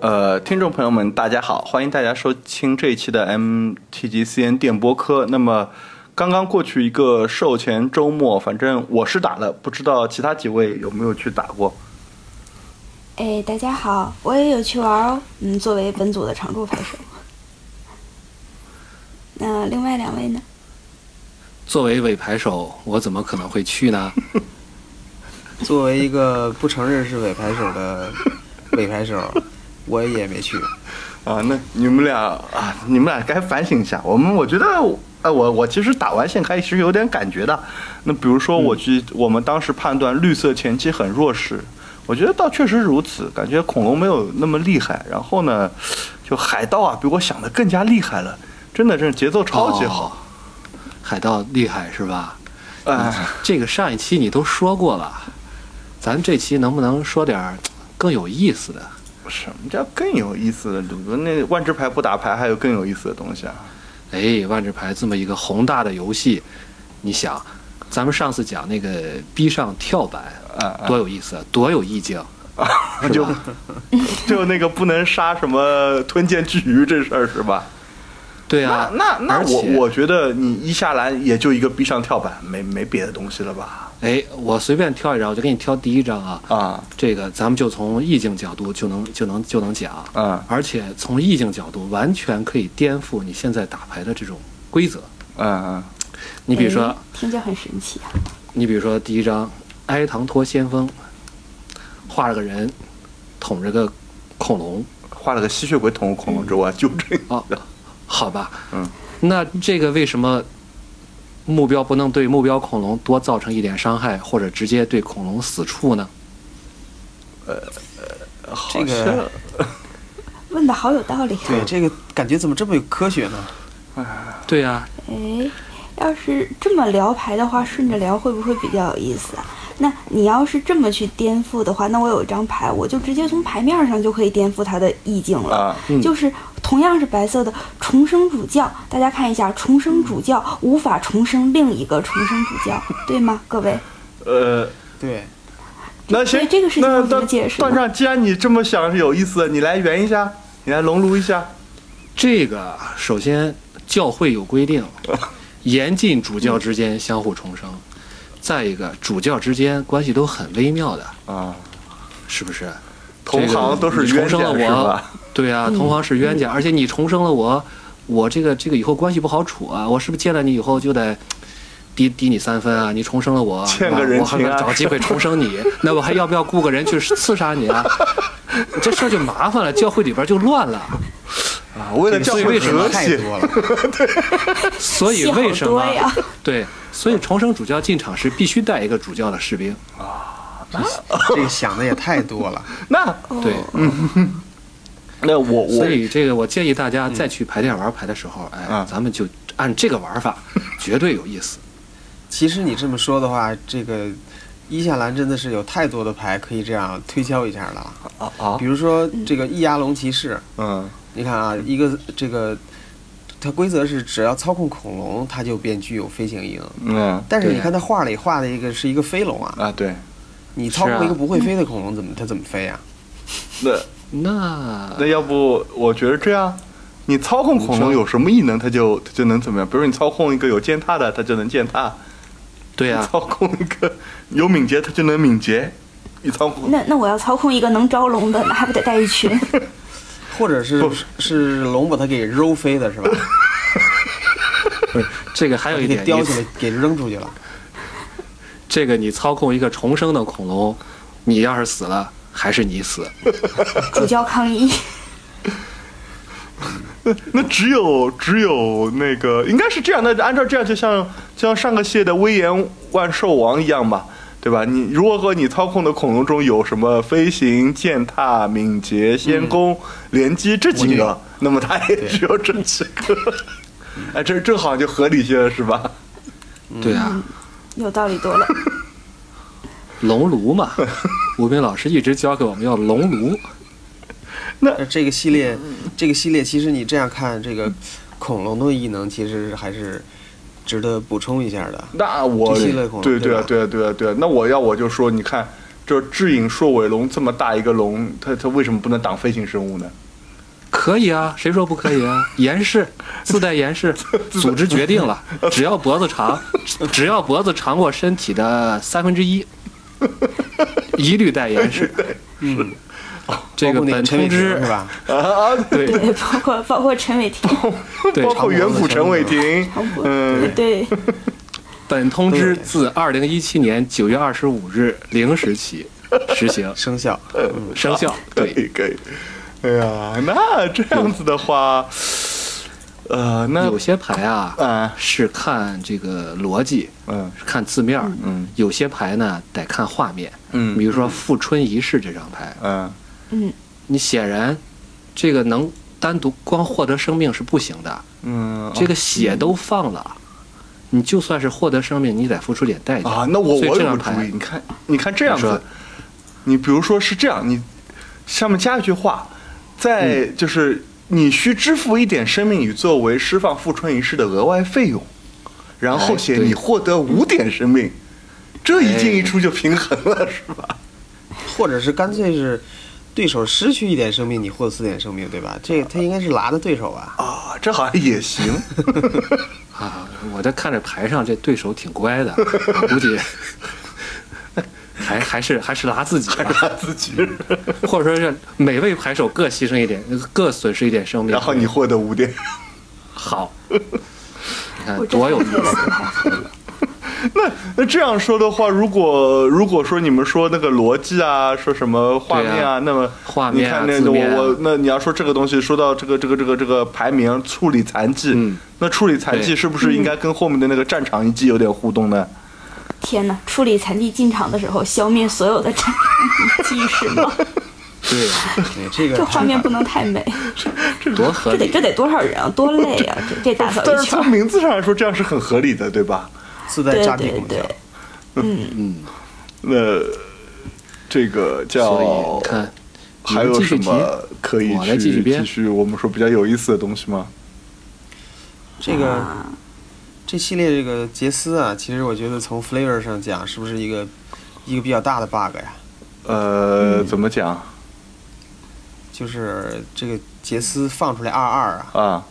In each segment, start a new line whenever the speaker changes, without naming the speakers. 呃，听众朋友们，大家好，欢迎大家收听这一期的 MTGCN 电波科。那么，刚刚过去一个售前周末，反正我是打了，不知道其他几位有没有去打过。
哎，大家好，我也有去玩哦。嗯，作为本组的常驻牌手。 那另外两位呢？
作为尾牌手，我怎么可能会去呢？
作为一个不承认是尾牌手 的尾牌手，我也没去。
啊，那你们俩啊，你们俩该反省一下。我们我觉得，哎、我我其实打完线开其实有点感觉的。那比如说，我去、我们当时判断绿色前期很弱势，我觉得倒确实如此，感觉恐龙没有那么厉害。然后呢，就海盗啊，比我想的更加厉害了，真的，真是节奏 超级
哦
好。
海盗厉害是 吧？
哎，
这个上一期你都说过了，咱这期能不能说点儿更有意思的？
什么叫更有意思的？鲁伦那万智牌不打牌，还有更有意思的东西啊？
哎，万智牌这么一个宏大的游戏，你想，咱们上次讲那个逼上跳板，
啊啊
多有意思，多有意境。
就 就那个不能杀什么吞剑巨鱼这事儿是吧？
对啊，
那那
而
那我
且
我觉得你一下来也就一个逼上跳板，没没别的东西了吧？
哎，我随便挑一张，我就给你挑第一张啊。
啊，
这个咱们就从意境角度就能就能就能讲，
嗯
而且从意境角度完全可以颠覆你现在打牌的这种规则。
嗯
你比如说，
哎听着很神奇啊。
你比如说第一张《埃唐托先锋》，画了个人，捅着个恐龙
嗯，画了个吸血鬼捅恐龙之外，就这
啊，好吧，
嗯，
那这个为什么目标不能对目标恐龙多造成一点伤害，或者直接对恐龙死处呢？
好
这个
问的好有道理啊。
嗯
对这个感觉怎么这么有科学呢？
对啊，
哎，要是这么聊牌的话，顺着聊会不会比较有意思啊？那你要是这么去颠覆的话，那我有一张牌，我就直接从牌面上就可以颠覆它的意境了。
啊
嗯
就是同样是白色的重生主教，大家看一下，重生主教 无法重生另一个重生主教，对吗？各位，
呃，
对，
那行，
对这个事情
那
怎么
段
解释呢
段上，既然你这么想是有意思的，你来圆一下，你来熔炉一下。
这个首先教会有规定，严禁主教之间相互重生。再一个，主教之间关系都很微妙的，
啊，
是不是？
同行都是
这个
冤
你重生
家
了
是
我
吧？，
对啊，
嗯
同行是冤家，而且你重生了我，我这个这个以后关系不好处啊，我是不是见了你以后就得低低你三分啊？你重生了我，
欠个
那
人
我还
情啊
找机会重 生你，那我还要不要雇个人去刺杀你啊？这事儿就麻烦了，教会里边就乱了，
啊 为了教
所以
会
为什么
和
太
谐，
多了。
所以
戏好
为什
多
么？
呀？
对，所以重生主教进场时必须带一个主教的士兵。哦
这个想的也太多了。
那
对，
嗯
那我我
所以这个我建议大
嗯
家再去牌店玩牌的时候，哎
啊
嗯，
咱们就按这个玩 法，绝对有意思。
其实你这么说的话，这个伊夏兰真的是有太多的牌可以这样推敲一下了。
啊啊
哦
比，如说这个易牙龙骑士，
嗯
你看啊，一个这个它规则是只要操控恐龙，它就便具有飞行鹰。
嗯
但是你
对
看它画里画的一个是一个飞龙啊，
啊，对，
你操
是啊
控一个不会飞的恐龙，怎么它怎么飞啊？
那。
那
那要不我觉得这样，你操控恐龙有什么异能，它就它就能怎么样？比如你操控一个有践踏的，它就能践踏；
对啊呀、
操控一个有敏捷，它就能敏捷。你操控
那那我要操控一个能招龙的，那还不得带一群？
或者是
不
是龙把它给揉飞的是 吧？
不是这个还有一
给
点，
叼
你
起来给扔出去了。
这个你操控一个重生的恐龙，你要是死了还是你死，
主教抗议，
那只有只有那个应该是这样的，按照这样，就像就像上个系列的威严万兽王一样吧，对吧？你如果说你操控的恐龙中有什么飞行、践踏、敏捷、先攻、连击这几
我就
个
有，
那么它也只有这几个。哎，这这好像就合理些了，是吧？
对啊，
有道理多了。
龙炉 嘛，吴斌老师一直教给我们要龙炉，
那呃这个系列，这个系列其实你这样看，这个恐龙的异能其实还是值得补充一下的。
那我
这系列恐龙
对
对
啊
吧
对啊对啊对啊，那我要我就说，你看这智影硕尾龙这么大一个龙，它它为什么不能挡飞行生物呢？
可以啊，谁说不可以 啊？严氏 自带严氏，组织决定 了，只要脖子 长，只要脖子长过身体的三分之 一，一律带严氏。哦
嗯，
这
包
个
括那
本
陈
通
伟霆
知
是吧？
啊，
对
对，包括包括陈伟霆，
对
包括远古陈伟霆
包，括
嗯，
对，
本通知自二零一七年九月二十五日零时起实 行
生肖，嗯，
生效。
可
对，
以可以。哎呀，那这样子的话，呃，那
有些牌啊
啊，
是看这个逻辑，
嗯
是看字面儿，
嗯
有些牌呢得看画面，
嗯
比如说富春一世这张牌，
嗯
嗯，
你显然这个能单独光获得生命是不行的，
嗯，
这个血都放了，你就算是获得生命，你得付出点代价
啊，那我
所以
我
这
有
张
个主意，
牌
你看，你看这样
你
子
说，
你比如说是这样，你上面加一句话，在
嗯
就是你需支付一点生命以作为释放富春一世的额外费用，然后
哎
写
对
你获得五点生命，这一进
哎
一出就平衡了，是吧？
或者是干脆是对手失去一点生命，你获得四点生命，对吧？这他应该是拿的对手吧？
啊，这好像也行。
啊！我在看着牌上这对手挺乖的，我估计还还是还是拿自 己吧，
他自己，
或者说是每位牌手各牺牲一点，各损失一点生命，
然后你获得五点。
好，你看
我
多有意
这
思。
那那这样说的话，如果如果说你们说那个逻辑啊，说什么画面
对
啊，
啊
那么
画面啊
你看
字
那
面啊
我我那你要说这个东西，说到这个这个这个这个排名处理残疾，
嗯
那处理残疾
对
是不是应该跟后面的那个战场遗迹有点互动呢？
天哪！处理残疾进场的时候，消灭所有的战遗迹是吗？
对，
对，这个
这画面不能太美，
多合
这得
理。
这得多少人啊，多累啊！这这打扫
但
一
是
圈
从
儿，
名字上来说，这样是很合理的，对吧？
自带
对
诈
对
骗功
对
效。，
那这个
所以
叫
你看，
还
你
有
们继
什
续提
么可以
我来继
去
续编
继续我们说比较有意思的东西吗？
这个
啊
这系列这个杰斯啊，其实我觉得从 flavor 上讲，是不是一个一个比较大的 bug 呀？
呃，怎么讲
就是这个杰斯放出来二二啊，
啊？
啊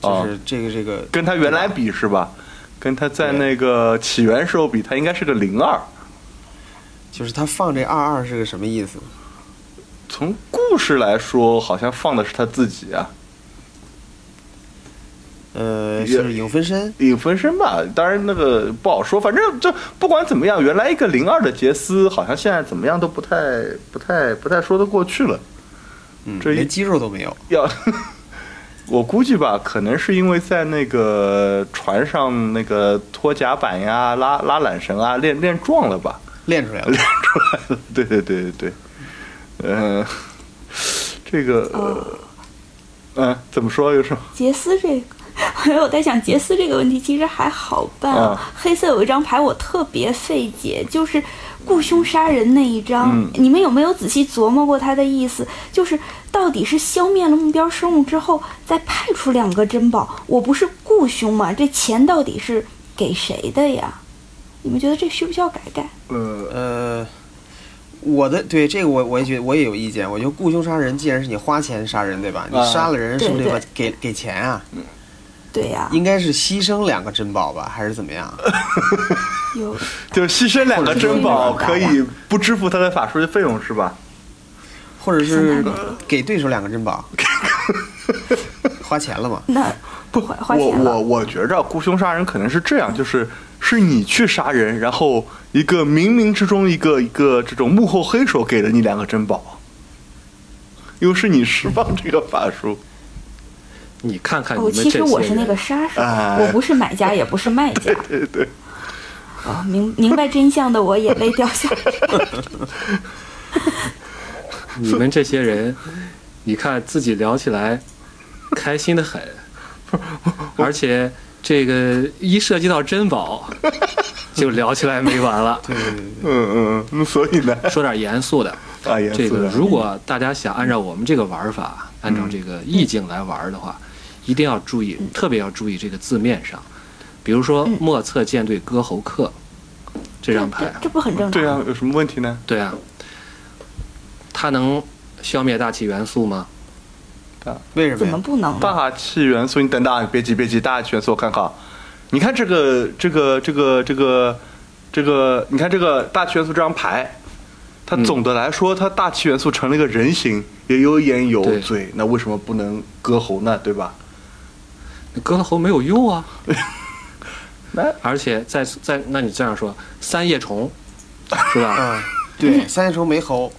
就
哦
是这个这个
跟他原来比是吧？跟他在那个起源时候比，他应该是个零二。
就是他放这二二是个什么意思？
从故事来说，好像放的是他自己啊，
呃，
也
是影分身，
影分身吧。当然那个不好说，反正就不管怎么样，原来一个零二的杰斯，好像现在怎么样都不太、不太、不太说得过去了。
嗯，
这一
连肌肉都没有。
要 我估计吧，可能是因为在那个船上那个拖甲板呀、拉拉缆绳啊，练练壮了吧。
练出来了，
对对对对对，嗯，这个，
哦
嗯、呃怎么说又是
杰斯这个， 因为我在想杰斯这个问题其实还好办啊。
啊
黑色有一张牌我特别费解，就是雇凶杀人那一张，
嗯
你们有没有仔细琢磨过它的意思？就是到底是消灭了目标生物之后，再派出两个珍宝，我不是雇凶吗？这钱到底是给谁的呀？你们觉得这需不需要改改？
呃
呃，我的对这个我我也觉得我也有意见，我觉得雇凶杀人既然是你花钱杀人对吧？你
啊
杀了人是不是得
对
把给给钱啊？
对呀、
应该是牺牲两个珍宝吧，还是怎么样？
有
就是牺牲两个珍宝可以不支付他的法术的费用是吧？
或者
是
是
的
给对手两个珍宝？花钱了嘛？
那花花
我
钱
我
了，
我觉着雇凶杀人可能是这样，就是是你去杀人，然后一个冥冥之中一个一个这种幕后黑手给了你两个珍宝，又是你释放这个法术，
你看哎看你
哦，
们这
其实
些人，
我是那个杀手，
哎
我不是买家，也不是卖家。
对对。
哦，明明白真相的我眼泪掉下来。
你们这些人，你看自己聊起来，开心的很，而且这个一涉及到珍宝，就聊起来没完了。
对对对对，
嗯嗯，那所以呢，
说点严肃的，
啊，严
这
肃
个
的，
如果大家想按照我们这个玩法，按照这个意境来玩的话，一定要注意，嗯特别要注意这个字面上。比如说“莫测舰队歌喉客”，这张牌
这，这不很正常？
对啊，有什么问题呢？
对啊，它能消灭大气元素吗？
为什
怎
么
么
呀？
不能呢？
大气元素，你等等，别急别急，大气元素我看看啊，你看这个这个这个这个这个，你看这个大气元素这张牌，它
嗯
总的来说，它大气元素成了一个人形，也有眼有
对
嘴，那为什么不能割喉呢？对吧？
割了喉没有用 啊。
那
而且再再，那你这样说，三叶虫是 吧？
啊，对，三叶虫没喉，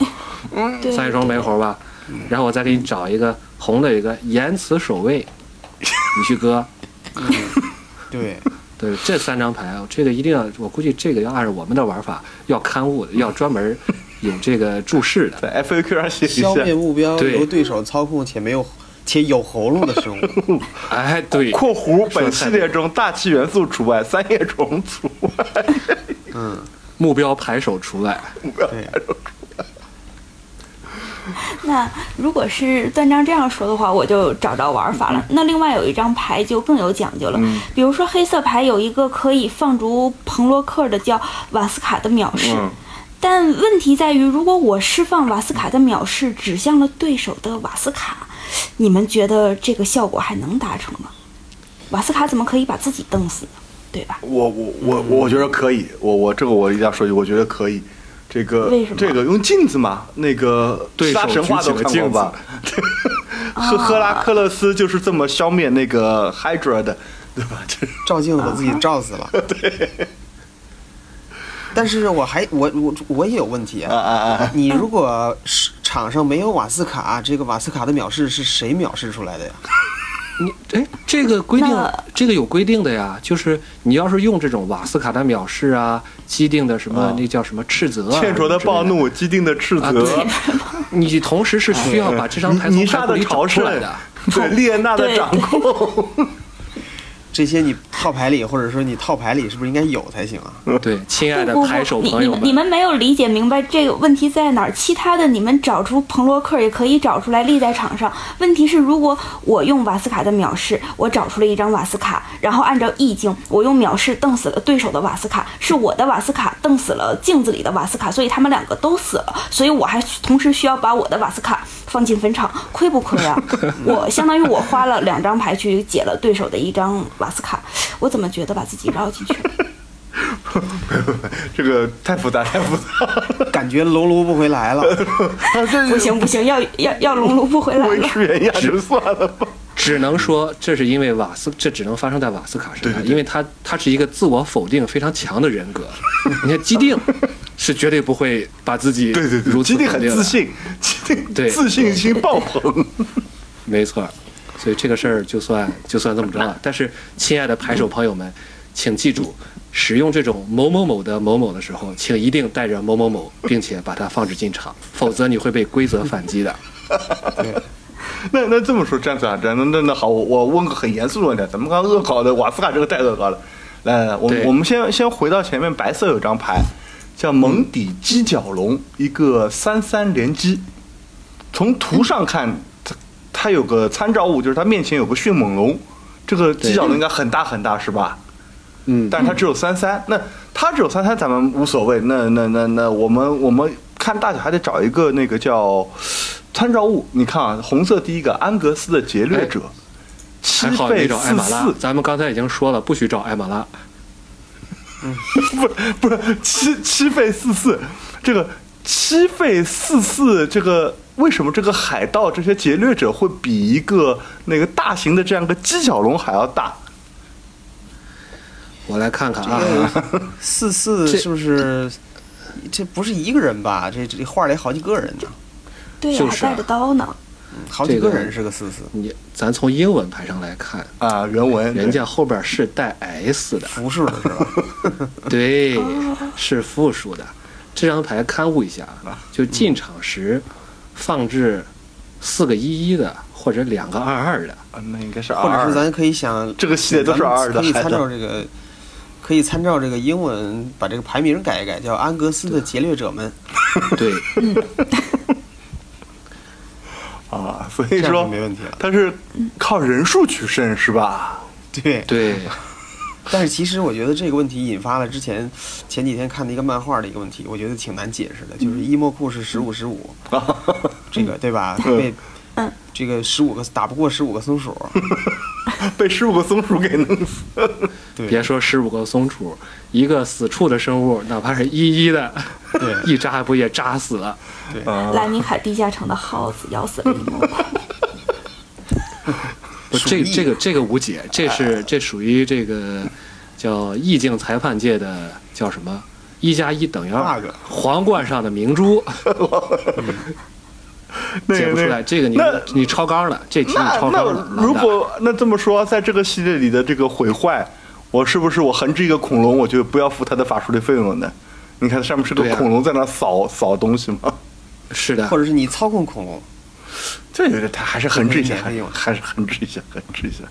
对，
三叶虫没猴吧？然后我再给你找一个红的，一个言辞守 卫，你去割。
对，
对，这三张牌，啊这个一定要，我估计这个要按照我们的玩法，要刊物的，要专门有这个注释 的。
在 FAQ 上 写一
消灭
下。
目标
对
由对手操控且没有且有喉咙的 生物，
哎，对，
括弧
说得
本
太
系
对
列中大气元素除外，三叶虫除外。
嗯，
目标牌手除外。
对，
那如果是断章这样说的话，我就找着玩法了。那另外有一张牌就更有讲究了，比如说黑色牌有一个可以放逐彭洛克的叫瓦斯卡的藐视，
嗯
但问题在于，如果我释放瓦斯卡的藐视指向了对手的瓦斯卡，你们觉得这个效果还能达成吗？瓦斯卡怎么可以把自己蹬死呢？对吧？
我我我
嗯
我觉得可以，我我这个我一定要说一句，我觉得可以。这个
为什么
这个用镜子嘛，那个
对手
希腊神话都
举
看
起了啊
过吧？ 赫赫拉克勒斯就是这么消灭那个 Hydra 的，对吧？这
照镜子把自己照 死了。对。但是我还我我我也有问题
啊
啊！
啊啊！
你如果是场上没有瓦斯卡，这个瓦斯卡的藐视是谁藐视出来的呀？
你哎，这个规定
那，
这个有规定的呀，就是你要是用这种瓦斯卡的藐视啊，既定的什么、
啊
那叫什么斥责、啊，
欠
什么
卓的
之类
暴怒，既定的斥
啊，
责哎
对，，你同时是需要把这张牌
尼尼
从牌
莎
库
的
里找
朝
出
圣
来的。，
对列娜的
对
掌控，
这些你套牌里，或者说你套牌里是不是应该有才行啊？
嗯
对，亲爱的
不不
牌手
不，你
朋
你
友
们你们没有理解明白这个问题在哪儿。其他的你们找出彭罗克也可以找出来立在场上。问题是，如果我用瓦斯卡的藐视，我找出了一张瓦斯卡，然后按照意境，我用藐视瞪死了对手的瓦斯卡，是我的瓦斯卡瞪死了镜子里的瓦斯卡，所以他们两个都死了。所以我还同时需要把我的瓦斯卡放进坟场，亏不亏 啊？我相当于我花了两张牌去解了对手的一张瓦斯卡，我怎么觉得把自己绕进去了？
这个太复杂太复杂 了，
感觉楼炉不回来了。
不行不行，要要要龙龙不回来
维
了。
持原样就算了吧。
只能说这是因为瓦斯，这只能发生在瓦斯卡身
对
上，
对对
因为他他是一个自我否定非常强的人 格。你看基定是绝对不会把自己
对对对，
如此
基定
否
很
定的
自， 信，基定
对
自信心爆棚。
没错。所以这个事儿就算就算这么着了。但是，亲爱的牌手朋友们，请记住，使用这种某某某的某某的时候，请一定带着某某某，并且把它放置 进场，否则你会被规则反击的。
那那这么说，这样子啊，这样那那那好，我我问个很严肃的问题，啊咱们刚刚恶搞的瓦斯卡这个太恶搞了。来来来，我们
对
我们先先回到前面，白色有张牌叫蒙底犄角龙，一个三三连击。从图上看，它它有个参照物，就是它面前有个迅猛龙，这个犄角龙应该很大很大，是吧？
嗯，
但是它只有三三，那它只有三三，咱们无所谓。那那那那，我们我们看大小还得找一个那个叫参照物。你看啊，红色第一个安格斯的劫掠者，七
还好没
倍
找艾
四
马拉
四，，
咱们刚才已经说了，不许找艾马拉。
不是不是七七费四四，这个七费四四，这个为什么这个海盗这些劫掠者会比一个那个大型的这样一个犄角龙还要大？
我来看看啊。
四四
这
是不是？这不是一个人吧？这这画里好几个人呢，
对呀、
就
还
是啊
带着刀呢。
好几
这
个
个
人是个四四，
你咱从英文牌上来看，
啊，原文
人家后边是带 s 的，
复数的是吧？
对，是复数的。这张牌刊物一下啊，就进场时放置四个一一的或者两个二二的，
啊那应该是
或者
二
是，咱可以想，
这个系列都是
咱们
二的
可以参
孩子
照这个，可以参照这个英文把这个排名改一改，叫安格斯的劫掠者们，
对，
啊，所
这
以
样
说
就没问题 了。
他是靠人数取胜是吧？
对，
对，
但是其实我觉得这个问题引发了之前前几天看的一个漫画的一个问题，我觉得挺难解释的，就是伊莫库是十五十五，这个对吧？他被这个十五个打不过十五个松 鼠，
被十五个松鼠给弄死。
对，
别说十五个松鼠，一个死处的生物，哪怕是一一的，
对
一扎不也扎死了？
对，
嗯啊
拉尼卡地下城的耗子咬死了一模块。
不，
鼠
这个
疫
这个这个无解，这是
哎
这属于这个叫意境裁判界的叫什么？一加一等于二
bug，
皇冠上的明珠
那
解
个
不出
那
来，
个
这个你
那
你超纲了，这题你
那
超纲啊了。
那如
完蛋
果那这么说，在这个系列里的这个毁坏，我是不是我横置一个恐龙，我就不要付它的法术类费用呢？你看上面是个
对啊呀
恐龙在那扫、扫东西吗？
是的
或，者是你操控恐龙，
这有点太还是横置一下，
这个
还
免费
是
用
还是横置一下，横置一下。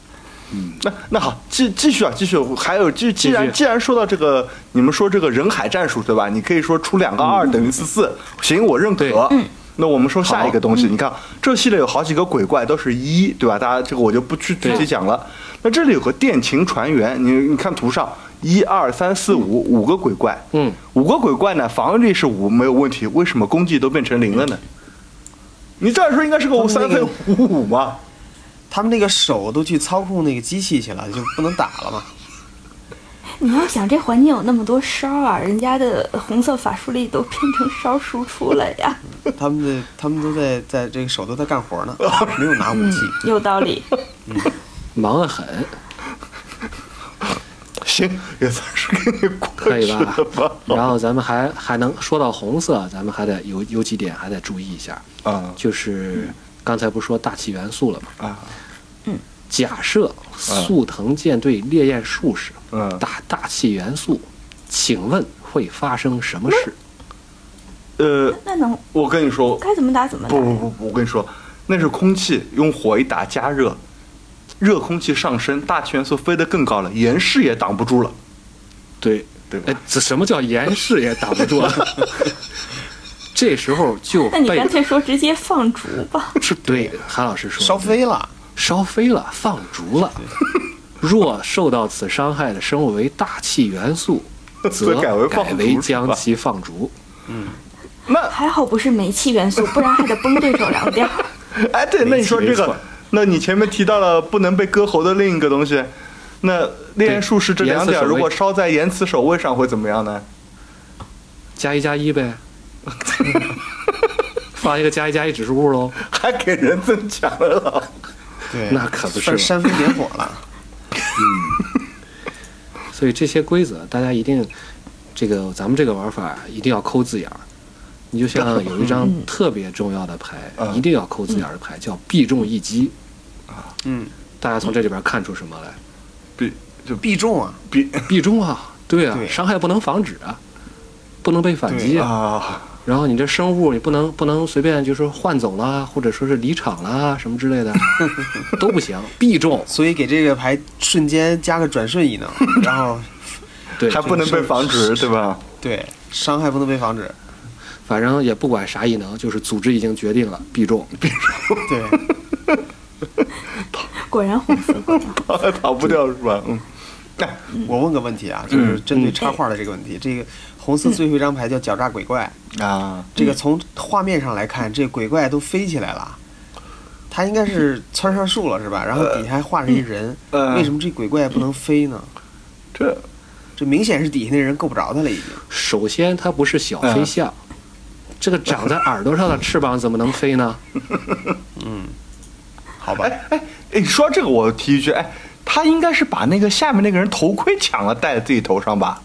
嗯，那那好，继继续啊，继续。还有，既既然
继续
既然说到这个，你们说这个人海战术对吧？你可以说出两个二等于四四，行，我认
嗯对
可。那我们说下一个东西，你看这系列有好几个鬼怪都是一，对吧？大家这个我就不去具体
对
讲了。那这里有个电琴船员，你你看图上一二三四五五个鬼怪，
嗯，
五个鬼怪呢，防御力是五没有问题，为什么攻击都变成零了呢？你照理说应该是个
他们那
三
个
分五五嘛，
他们那个手都去操控那个机器去了，就不能打了嘛。
你要想这环境有那么多烧啊，人家的红色法术力都变成烧输出了呀，
他们的他们都在在这个手都在干 活呢，没有拿武器。
嗯
有道理。
忙 得很。
行，也算是给你过
可以
去
吧
了吧。
然后咱们还还能说到红色，咱们还得有有几点还得注意一下，
啊
就是刚才不是说大气元素了吗？
啊，
假设速藤舰队烈焰术士
嗯
打大气元素，请问会发生什么事？
呃，
那能
我跟你说，
该怎么打怎么打
不。不不不，我跟你说，那是空气用火一打加热，热空气上升，大气元素飞得更高了，岩石也挡不住了。
对
对吧
哎，这什么叫岩石也挡不住 啊？这时候就
那你
被
干脆说直接放逐吧。
是对韩老师说的
烧飞了，
烧飞了，放逐 了。若受到此伤害的生物为大气元素， 则
则改为放逐
改为将其放逐。
那
还好不是煤气元素，不然还得崩对手两边。
哎，对，那你说这
没错
个，那你前面提到了不能被割喉的另一个东西，那烈焰术士这两
岩
点
刺守卫
如果烧在岩磁守卫上会怎么样呢？
加一加一 呗，放一个加一加一指数物喽。
还给人增强了了。
对，
那可不是嘛
算煽风点火 了。
所以这些规则大家一定，这个咱们这个玩法一定要抠字眼儿。你就像有一张特别重要的牌，
嗯
一定要抠字眼儿的牌，叫必中一击。
嗯，
大家从这里边看出什么 来？
比就
必中啊，
比
必中啊，对啊，
对
伤害不能防止啊，不能被反击啊。
啊，
然后你这生物你不能不能随便就说换走啦，或者说是离场啦什么 之类的，都不行，必中。
所以给这个牌瞬间加个转瞬 异能，然后
对，
还不能被防止，对吧？
对伤害不能被防止。
反正也不管啥异能，就是组织已经决定了必中。
对，
果然红色，果然红
逃逃不掉是吧？嗯，
我问个问题啊，就是针对插画的这个问题，这个红色最后一张牌叫狡诈鬼怪，
啊，
这个从画面上来看，这鬼怪都飞起来了。它应该是窜上树了是吧？然后底下还画着一人，
呃嗯
为什么这鬼怪不能飞呢？
这
这明显是底下那人够不着他了，已经。
首先，它不是小飞象，
嗯
这个长在耳朵上的翅膀怎么能飞呢？
好吧，
哎哎哎，你说到这个我提一句，哎，他应该是把那个下面那个人头盔抢了戴在自己头上吧？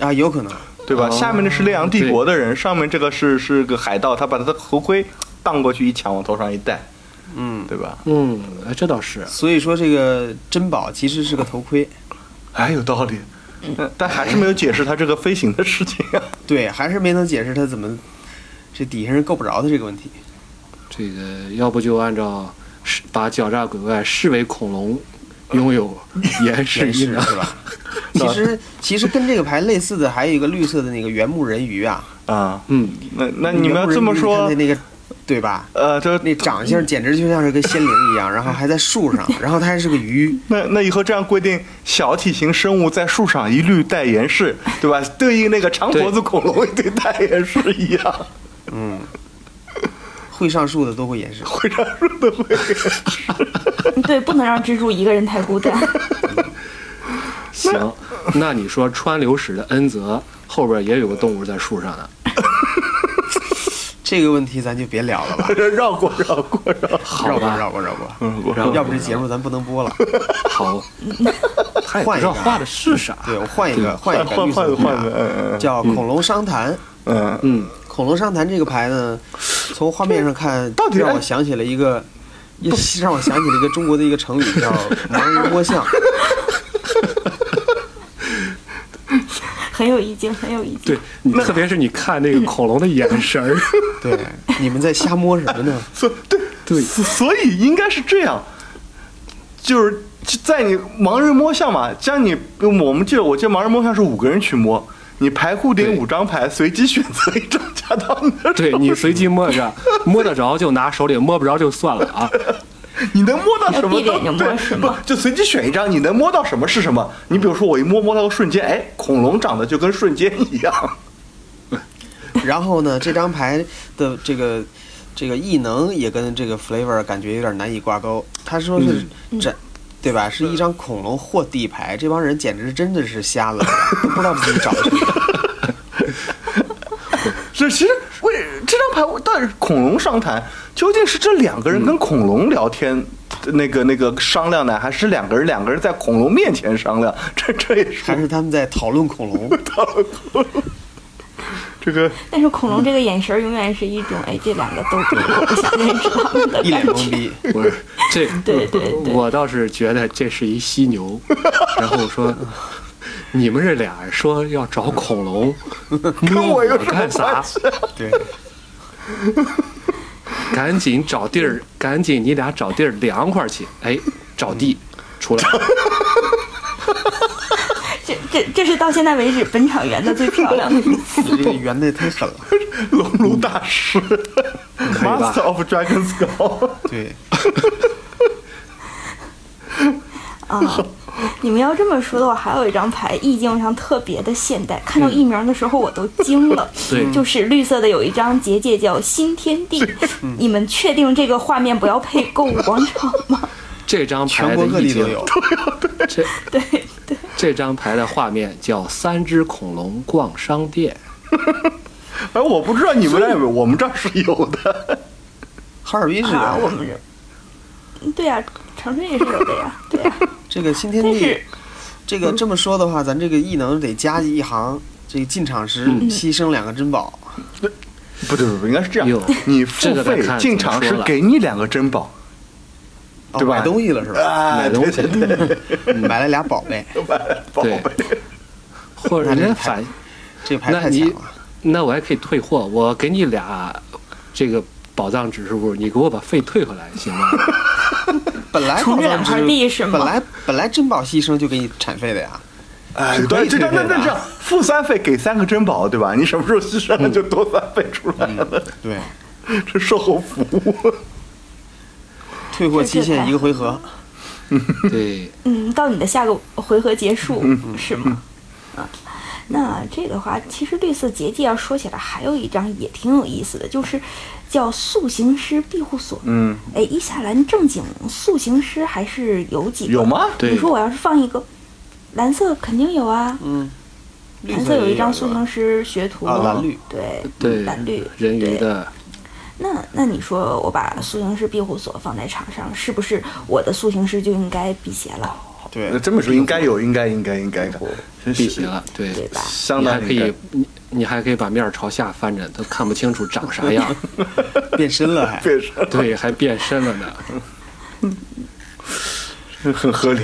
啊，有可能，
对吧？
哦
下面的是烈阳帝国的人，上面这个是是个海盗，他把他的头盔荡过去一抢，往头上一戴，
嗯，
对吧？
嗯，哎这倒是。
所以说这个珍宝其实是个头盔，
哎，有道理。但但还是没有解释他这个飞行的事情啊！
对，还是没能解释他怎么这底下人够不着他这个问题。
这个要不就按照视把狡诈鬼怪视为恐龙，拥有岩石
真
异
啊
是
能。
是吧？其实其实跟这个牌类似的还有一个绿色的那个原木人鱼啊，
啊，
嗯，
那那你们要这么
原木
说
人鱼你看，那那个对吧？
呃，这
那长相简直就像是跟仙灵一样，然后还在树上，然后它还是个鱼。
那那以后这样规定，小体型生物在树上一律带岩 饰，对吧？对应那个长脖子恐龙对带岩饰一样，
嗯，会上树的都会掩饰。
会上树的会掩饰。
对，不能让蜘蛛一个人太孤单。
行，那你说川流史的恩泽后边也有个动物在树上呢，
这个问题咱就别聊了吧，
绕过绕过绕过，
绕
好
过
吧？
绕过绕过，
嗯，我
绕过
要不这节目咱不能播了。
好，他也不
换一
知
个
道画的啊是啥。
对，我换一个，换一个
换
绿
换个
色的
换
牌
个，嗯
叫恐龙商谈。
嗯嗯，
嗯，
恐龙商谈这个牌呢，从画面上看，
到底
让
哎
我想起了一个，也让我想起了一个中国的一个成语，叫“盲人摸象
很有意境，很有意境。
对你，特别是你看那个恐龙的眼神儿，”。
对，你们在瞎摸什么呢？
所对
对
所所以应该是这样，就是在你盲人摸象嘛，将你我们记得，我记得盲人摸象是五个人去摸，你排固定
对
五张牌，随机选择一张加到你 的手
对你随机摸着，摸得着就拿手里，摸不着就算了啊。
你能摸到什么
要闭着
都
眼睛
对
摸，什
不
么
就随机选一张，你能摸到什么是什么。你比如说，我一摸摸到个瞬间，哎，恐龙长得就跟瞬间一 样，
然后呢，这张牌的这个这个异能也跟这个 flavor 感觉有点难以挂钩。他说是
嗯
这，对吧？是一张恐龙或地牌，这帮人简直真的是瞎了，都不知道自己找的什么。
这其实为这张牌，我但是恐龙商谈究竟是这两个人跟恐龙聊天，那个那个商量呢，还是两个人两个人在恐龙面前商量？ 这这也
还
是
是他们在讨论恐龙？
这个
但是
嗯
恐龙这个眼神儿永远是一种，哎，这两个都对，我不想认识他们的
一
感
脸
觉。
懵逼。
不是这，
对对对
我倒是觉得这是一犀牛。然后我说，你们这俩说要找恐龙，
跟
摸
我
我
有什么
干啥
关？系？
对，
赶紧找地儿，赶紧你俩找地儿凉快去。哎，找地出来，
这这这是到现在为止本场圆的最漂亮的 一次。
这个圆的也太狠了。
龙炉大师
以吧
，Master of Dragon's Skull。
对，
啊你们要这么说的话，还有一张牌意境上特别的现代，看到艺名的时候我都惊 了。
对
就是绿色的有一张结界叫新天 地，
嗯
你们确定这个画面不要配购物广场吗？
这张
全
牌的
国各
意
地都
境
有。
这
对对，
这张牌的画面叫三只恐龙逛商店。
哎，我不知道你们那有没有，我们这儿是有的。
哈尔滨是
啊，我
有，
们这，对呀、长春也是有的呀， 对啊呀、
这个新天
但
地
是，嗯
这个这么说的话，咱这个异能得加一行，这个进场时
嗯
牺牲两个珍宝。
不对不对，应该是这
哟
样，你付
这个得
费
看
进
怎么
场
说
是
了
给你两个珍宝，
哦
对吧
买东西了是吧？嗯
哎，
买
对
东西
对对，
买了俩宝贝，
买了宝
对
贝，
或者
那
人
这
家
牌
反，
这牌
那
太
你
强了。
那我还可以退货，我给你俩这个宝藏指数，你给我把费退回来行 吗？
本来
从
宝
这
藏
两
之
块地是吗
本来本来珍宝牺牲就给你产费的呀。
哎，
是可
对，
以
这
退
那
费的
那这样，付三费给三个珍宝，对吧？你什么时候牺牲了就多三费出来了，
对，
这售后服务。
退货
这
期
这
限
牌
一个回合。
对，
嗯，到你的下个回合结束、是吗？啊，那这个话，其实绿色结界要说起来，还有一张也挺有意思的，就是叫塑形师庇护所。
嗯，
哎，伊夏兰正经塑形师还是有几个？
有吗？
对
你说我要是放一个蓝色，肯定有啊。
嗯，
蓝色有一张塑
形。
形师学徒，
啊蓝绿
对
对
蓝绿
人鱼
对
的，
那那你说我把塑形师庇护所放在场上，是不是我的塑形师就应该辟邪了？
那
对，
这么说应该有，应该应该应该，真是
辟邪了，对，
对吧？
相
你还
当
可
应该
以，你你还可以把面儿朝下翻着，都看不清楚长啥样，
变身了还。
变身
对，还变身了 呢。
很合理。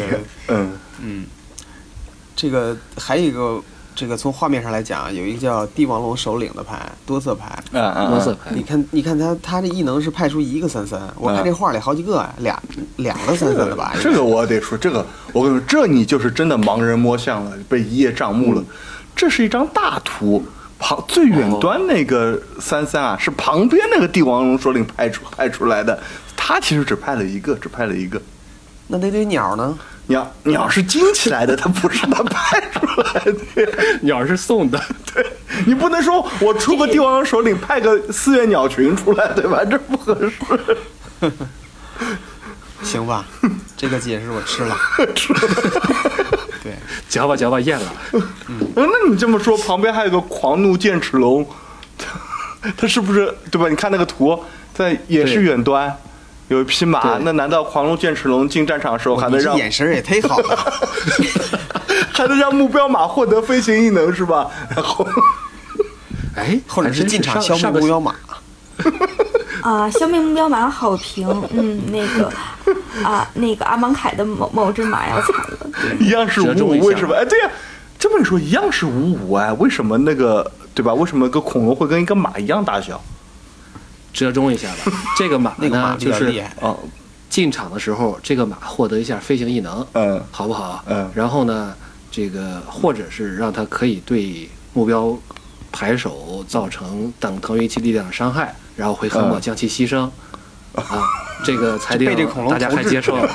嗯，
这个还有一个，这个从画面上来讲，有一个叫帝王龙首领的牌，多色牌。
啊啊，
多色
啊
牌
你，看，你看他他这异能是派出一个三三，我看这画里好几个啊，俩两个三三的吧？
这个我得说，这个我跟你说，这你就是真的盲人摸象了，被一叶障目了。这是一张大图，旁最远端那个三三啊，是旁边那个帝王龙首领派出派出来的，他其实只派了一个，只派了一个。
那那堆鸟呢？
鸟鸟是惊起来的，它不是他派出来的。
鸟是送的，
对你不能说我出个帝王首领派个四月鸟群出来，对吧？这不合适。
行吧，这个解释我 吃了。对，
嚼吧嚼吧咽了。
嗯，那你这么说，旁边还有个狂怒剑齿龙， 它是不是对吧？你看那个图，在也是远端有一匹马，
对
那难道狂怒剑齿龙进战场的时候还能
你这
让
眼神儿也忒好了。
还能让目标马获得飞行异能是吧？然后
哎，
后来
还
是
真
进场
上
消
上个
灭目标马，
啊，消灭目标马好评，嗯，那个啊，那个阿芒凯的某某只马要惨了，
一样是五
折中一
五，
下
为什么？哎，对呀、这么一说一样是五五哎，为什么那个对吧？为什么个恐龙会跟一个马一样大小？
折中一下吧。这个马
那个马
呢，
比
就
较厉
是
害。
哦，
进场的时候，这个马获得一下飞行异能，
嗯
好不好？
嗯
然后呢，这个或者是让它可以对目标排手造成等同于其力量的伤害，然后回合末
嗯
将其 牺牲。啊，这个裁定
被这恐龙
大家还
投掷
接受 了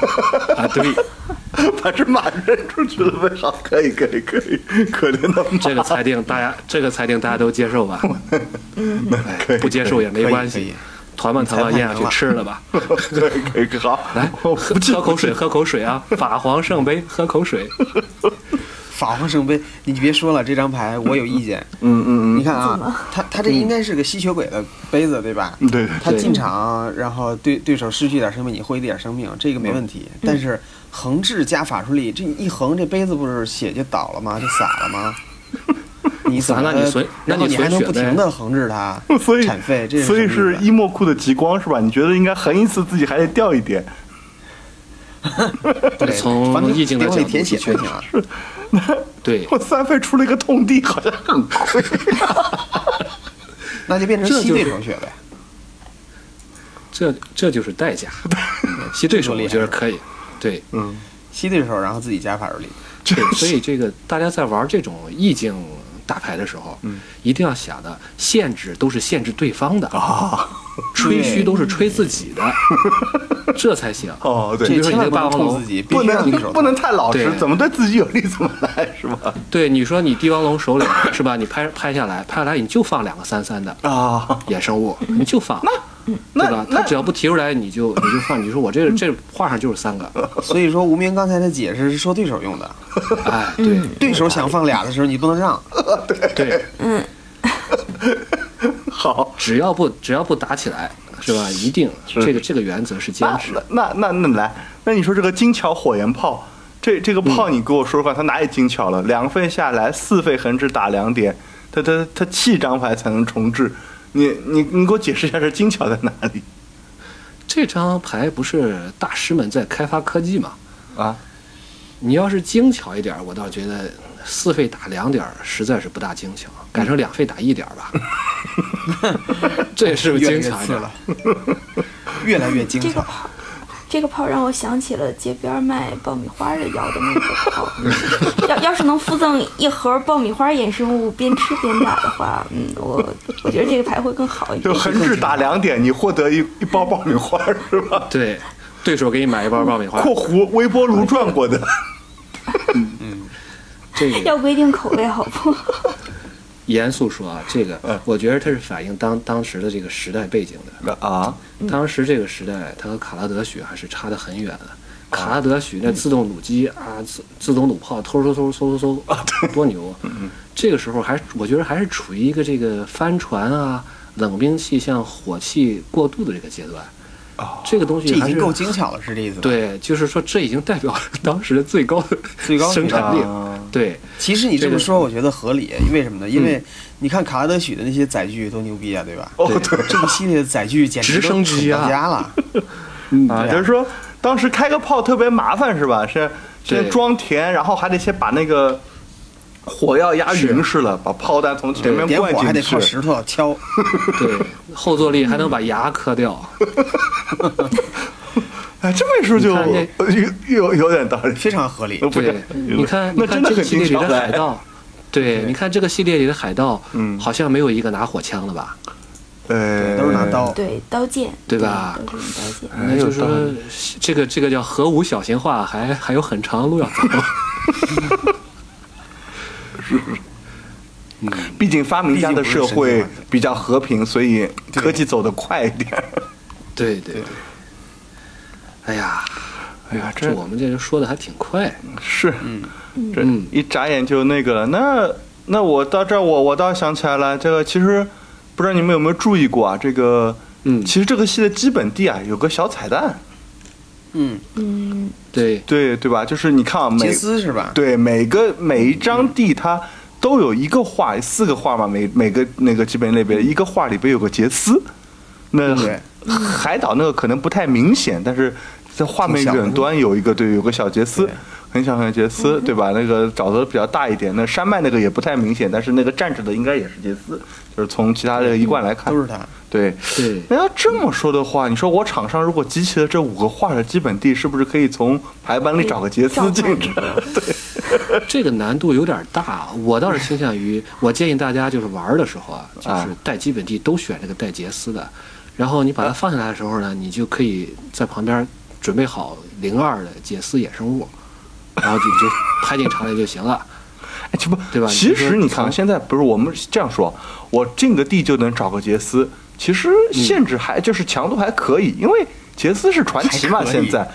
啊？对，
把这马扔出去了呗，好，可以可以可以，可怜的马，
这个 裁定大家这个裁定大家都接受吧？哎
可以
不接受也没
可以
关
可以
系，团吧团吧
裁判
咽下
赢
去
了
吃了吧。
可以可以可以， 好，
来
我
喝
不记
喝口水，喝口水啊！法皇圣杯，喝口水。
法皇圣杯，你别说了，这张牌我有 意见。
嗯嗯
你看
怎么
啊，他他这应该是个吸血鬼的杯子，对吧？
嗯，对对，，
他
嗯对
进场，然后对对手失去一点生命，你获一点生命，这个
嗯
没问题。但是横置加法术力，这一横，这杯子不是血就倒了吗？就洒了吗？你洒
那
了，
你随那
然后
你
你
随
还能
血
不停
呗
的横 置它
嗯 所以
产废，这
所以
什么
是
意思啊
伊莫库的极光是吧？你觉得应该横一次，自己还得掉一点，
对
从
反正
意境的
得往
角
里
度
填血
的确
才行啊。
对，
我三费出了一个痛地，好像很 亏。
那就变成
这
吸
就
对
是
手血呗。
这这就是代 价。嗯吸对手我觉得可以，对，
嗯，
吸对手，然后自己加法术力。
这
对，所以这个大家在玩这种意境打牌的时候，
嗯
一定要想的限制都是限制对方的，
啊，
吹嘘都是吹自己的，这才行。
哦对，
比
这
如说
千
你那个
万不能
霸王
冲自
龙，
己，必
不
须让对手
能不能太老实，
对
怎么对自己有利怎么来，是吧？
对，你说你帝王龙首领是吧？你拍拍下来，拍下来你就放两个三三的
啊，
衍生物，你就放。对
那
吧？他
那
只要不提出来，你就你就放，你说我这这画上就是三个，
所以说，无名刚才的解释是说对手用的，
哎，对
对手想放俩的时候，你不能让。
对，
好，
只要不只要不打起来，是吧？一定
是
这个这个原则是坚
那
持。
那那那来，那你说这个金桥火焰炮，这这个炮你给我说说看，它哪里金桥了？两费下来，四费横置打两点，它它它七张牌才能重置。你你你给我解释一下这金桥在哪里
这张牌不是大师们在开发科技嘛？
啊？
你要是精巧一点儿，我倒觉得四费打两点儿实在是不大精巧，
嗯
改成两费打一点儿 吧。这是不是
越来
精
越
巧一
次
点儿
了？， 越来越精
这个
巧。
炮，这个炮让我想起了街边卖爆米花的摇的那个炮。要要是能附赠一盒爆米花衍生物，边吃边打的话，嗯，我我觉得这个牌会更好一
就
点。
横置打两点，你获得一一包爆米花是 吧？
对，对手给你买一包爆米花，
括弧微波炉转过的，
这个
要规定口味好不好？
严肃说啊，这个
嗯
我觉得它是反映当当时的这个时代背景的。
啊，
嗯
当时这个时代，它和卡拉德许还是差得很远的。
啊
卡拉德许那自动弩机啊，
嗯
自自动弩炮，嗖嗖嗖嗖嗖 嗖，啊多牛！
嗯
这个时候还我觉得还是处于一个这个帆船啊、冷兵器向火器过渡的这个阶段
哦。
这个东
这
西
已
还
经
是
够精巧了，是这意思吧？，
对，就是说这已经代表了 当时的最高的
最高水
生
平
产力
啊。
对，
其实你这
这
么
个嗯
说，我觉得合理。为什么呢？因为你看卡拉德许的那些载具多牛逼啊，对吧？
哦
对
对
这个系列的载具简直
直升机啊
都蠢到家 了。
嗯
啊，
对啊
就是说当时开个炮特别麻烦是吧？是先
对
装填，然后还得先把那个火药压匀是了，把炮弹从前面
点
灌
火还得
进
靠
去。
石头敲，
对，后坐力还能把牙磕掉。
哎，这么一说就
你看那
呃有有有点道理。
非常合理。
呃不
对
是，
你看，
那
你看
真的
这个
很
系列
精
里
巧
的海
哎。
盗，对，你看这个系列里的海盗，
嗯
好像没有一个拿火枪的吧？
呃，
都是拿刀，
对，刀剑，
对吧
都是用刀剑。
哎
那
有
就是
道
说
理，
这个这个叫核武小型化，还还有很长 的路要走。
毕竟发明家的社会比较和平，所以
对
科技走得快一点。
对对对。哎呀，
哎呀，
这
这嗯
我们这人说的还挺快。
是，这
嗯
一眨眼就那个了。那那我到这儿，我我倒想起来了，这个其实不知道你们有没有注意过啊？这个，
嗯
其实这个戏的基本地啊有个小彩蛋，
嗯，
嗯，
对
对对吧？就是你看啊，每
杰斯是吧？
对每个每一张地它都有一个画，四个画嘛，每每个那个基本类别一个画里边有个杰斯，那
对
海岛那个可能不太明显，但是在画面
挺小的
远端有一个对，有嗯个小杰斯
对，
很小很小杰斯，对吧？那个沼泽比较大一点，那山脉那个也不太明显，但是那个站着的应该也是杰斯，就是从其他的一贯来看
都，是他。
对。
对
那要这么说的话，你说我场上如果集齐了这五个画的基本地，是不是可以从排班里找个杰斯
嗯
进去？
这个难度有点大，我倒是倾向于，我建议大家就是玩儿的时候啊，就是带基本地都选这个带杰斯的，然后你把它放下来的时
啊
候呢，你就可以在旁边准备好零二的杰斯野生物，然后你就拍进场里就行了。
哎，这不
对吧
其实你
你说
看，
从
现在不是我们这样说，我进个地就能找个杰斯，其实限制还、就是强度还可以，因为杰斯是传奇嘛，
还可以
现在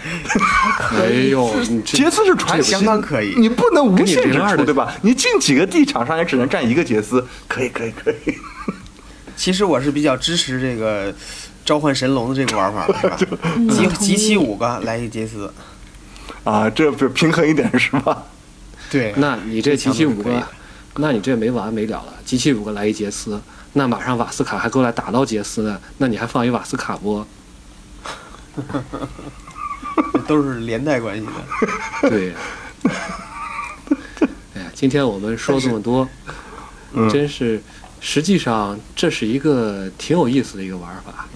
哎呦，你这
杰斯是传奇，
这相当可以
你不能无限
跟你
制
02
出，
的
对吧？你进几个地，场上也只能占一个杰斯，可以，可以，可以。
其实我是比较支持这个召唤神龙的这个玩 法的，是吧？集集齐五个来一杰斯，
啊，这不是平衡一点是吧？
对，
那你这集齐五
这强度是可以
个
的，
那你这没完没了了。集齐五个来一杰斯，那马上瓦斯卡还过来打到杰斯呢，那你还放一瓦斯卡不？
都是连带关系的。
对。 哎呀，今天我们说这么多，
嗯
真是，实际上这是一个挺有意思的一个玩法。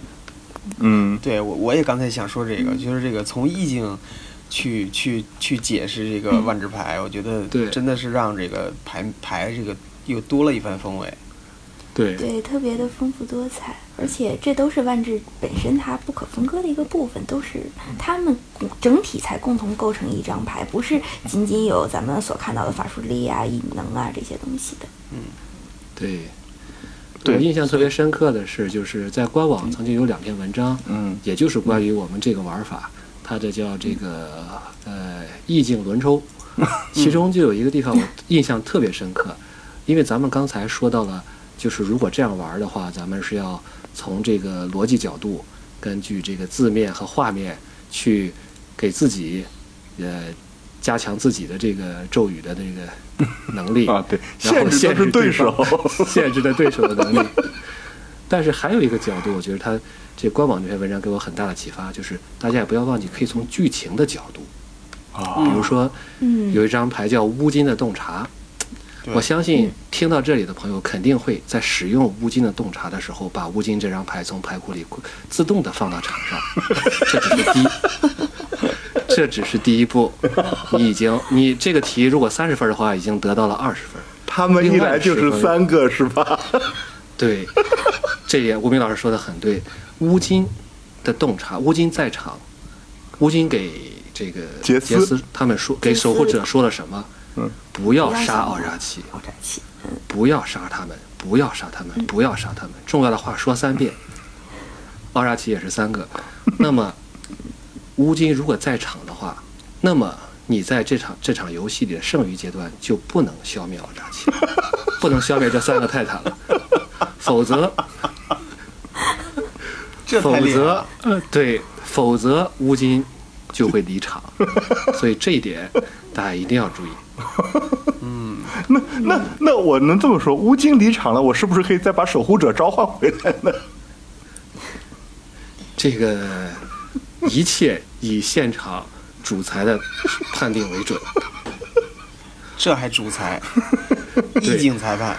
嗯，
对我我也刚才想说这个，就是这个从意境去去去解释这个万智牌，我觉得
对
真的是让这个牌牌这个又多了一番风味。
对
对，特别的丰富多彩，而且这都是万智本身它不可分割的一个部分，都是它们共整体才共同构成一张牌，不是仅仅有咱们所看到的法术力啊、异能啊这些东西的。
对，
对
我印象特别深刻的是，就是在官网曾经有两篇文章，
嗯
也就是关于我们这个玩法，它的叫这个呃意境 轮抽，其中就有一个地方我印象特别深刻，因为咱们刚才说到了，就是如果这样玩的话，咱们是要从这个逻辑角度，根据这个字面和画面去给自己呃加强自己的这个咒语的这个能力
啊，对，
然后
限制都是对手。
方限制了对手的能力。但是还有一个角度，我觉得他这官网这篇文章给我很大的启发，就是大家也不要忘记，可以从剧情的角度，
啊
比如说
嗯，
有一张牌叫乌金的洞察，
对
我相信听到这里的朋友肯定会在使用乌金的洞察的时候，把乌金这张牌从牌库里自动的放到场上，这只是第一， 这只是第一步，你已经你这个题如果三十分的话，已经得到了二十分。
他们一来就是三个是吧？
对， 这也吴斌老师说的很对。乌金的洞察，乌金在场，乌金给这个
杰斯
杰斯他们说，给守护者说了什么？
嗯，
不要
不要
杀
杀
奥扎奇，
好战气，
不要杀他们，不要杀他们，不要杀他们。重要的话说三遍，奥扎奇也是三个。那么，乌金如果在场的话，那么你在这场这场游戏里的剩余阶段就不能消灭奥扎奇，不能消灭这三个泰坦了，否则
这 太
否
厉害
则
了，，
呃，对，否则乌金就会离场，所以这一点大家一定要注意。
那那那我能这么说，乌金离场了，我是不是可以再把守护者召唤回来呢？
这个一切以现场主裁的判定为准，
这还主 裁，意境裁判。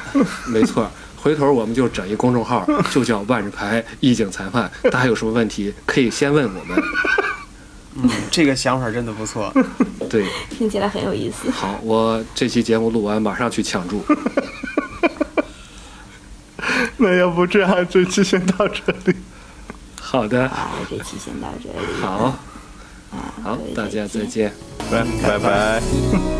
没错儿。回头我们就整一公众号，就叫万日牌意境裁判。大家有什么问题可以先问我们。
嗯，这个想法真的不错。
对，
听起来很有意思。
好，我这期节目录完，马上去抢注。
那要不这样，这期先到这里。
好的，
好，这期先到这里。
好，
啊
好
各位，
大家再见。
拜拜拜。
拜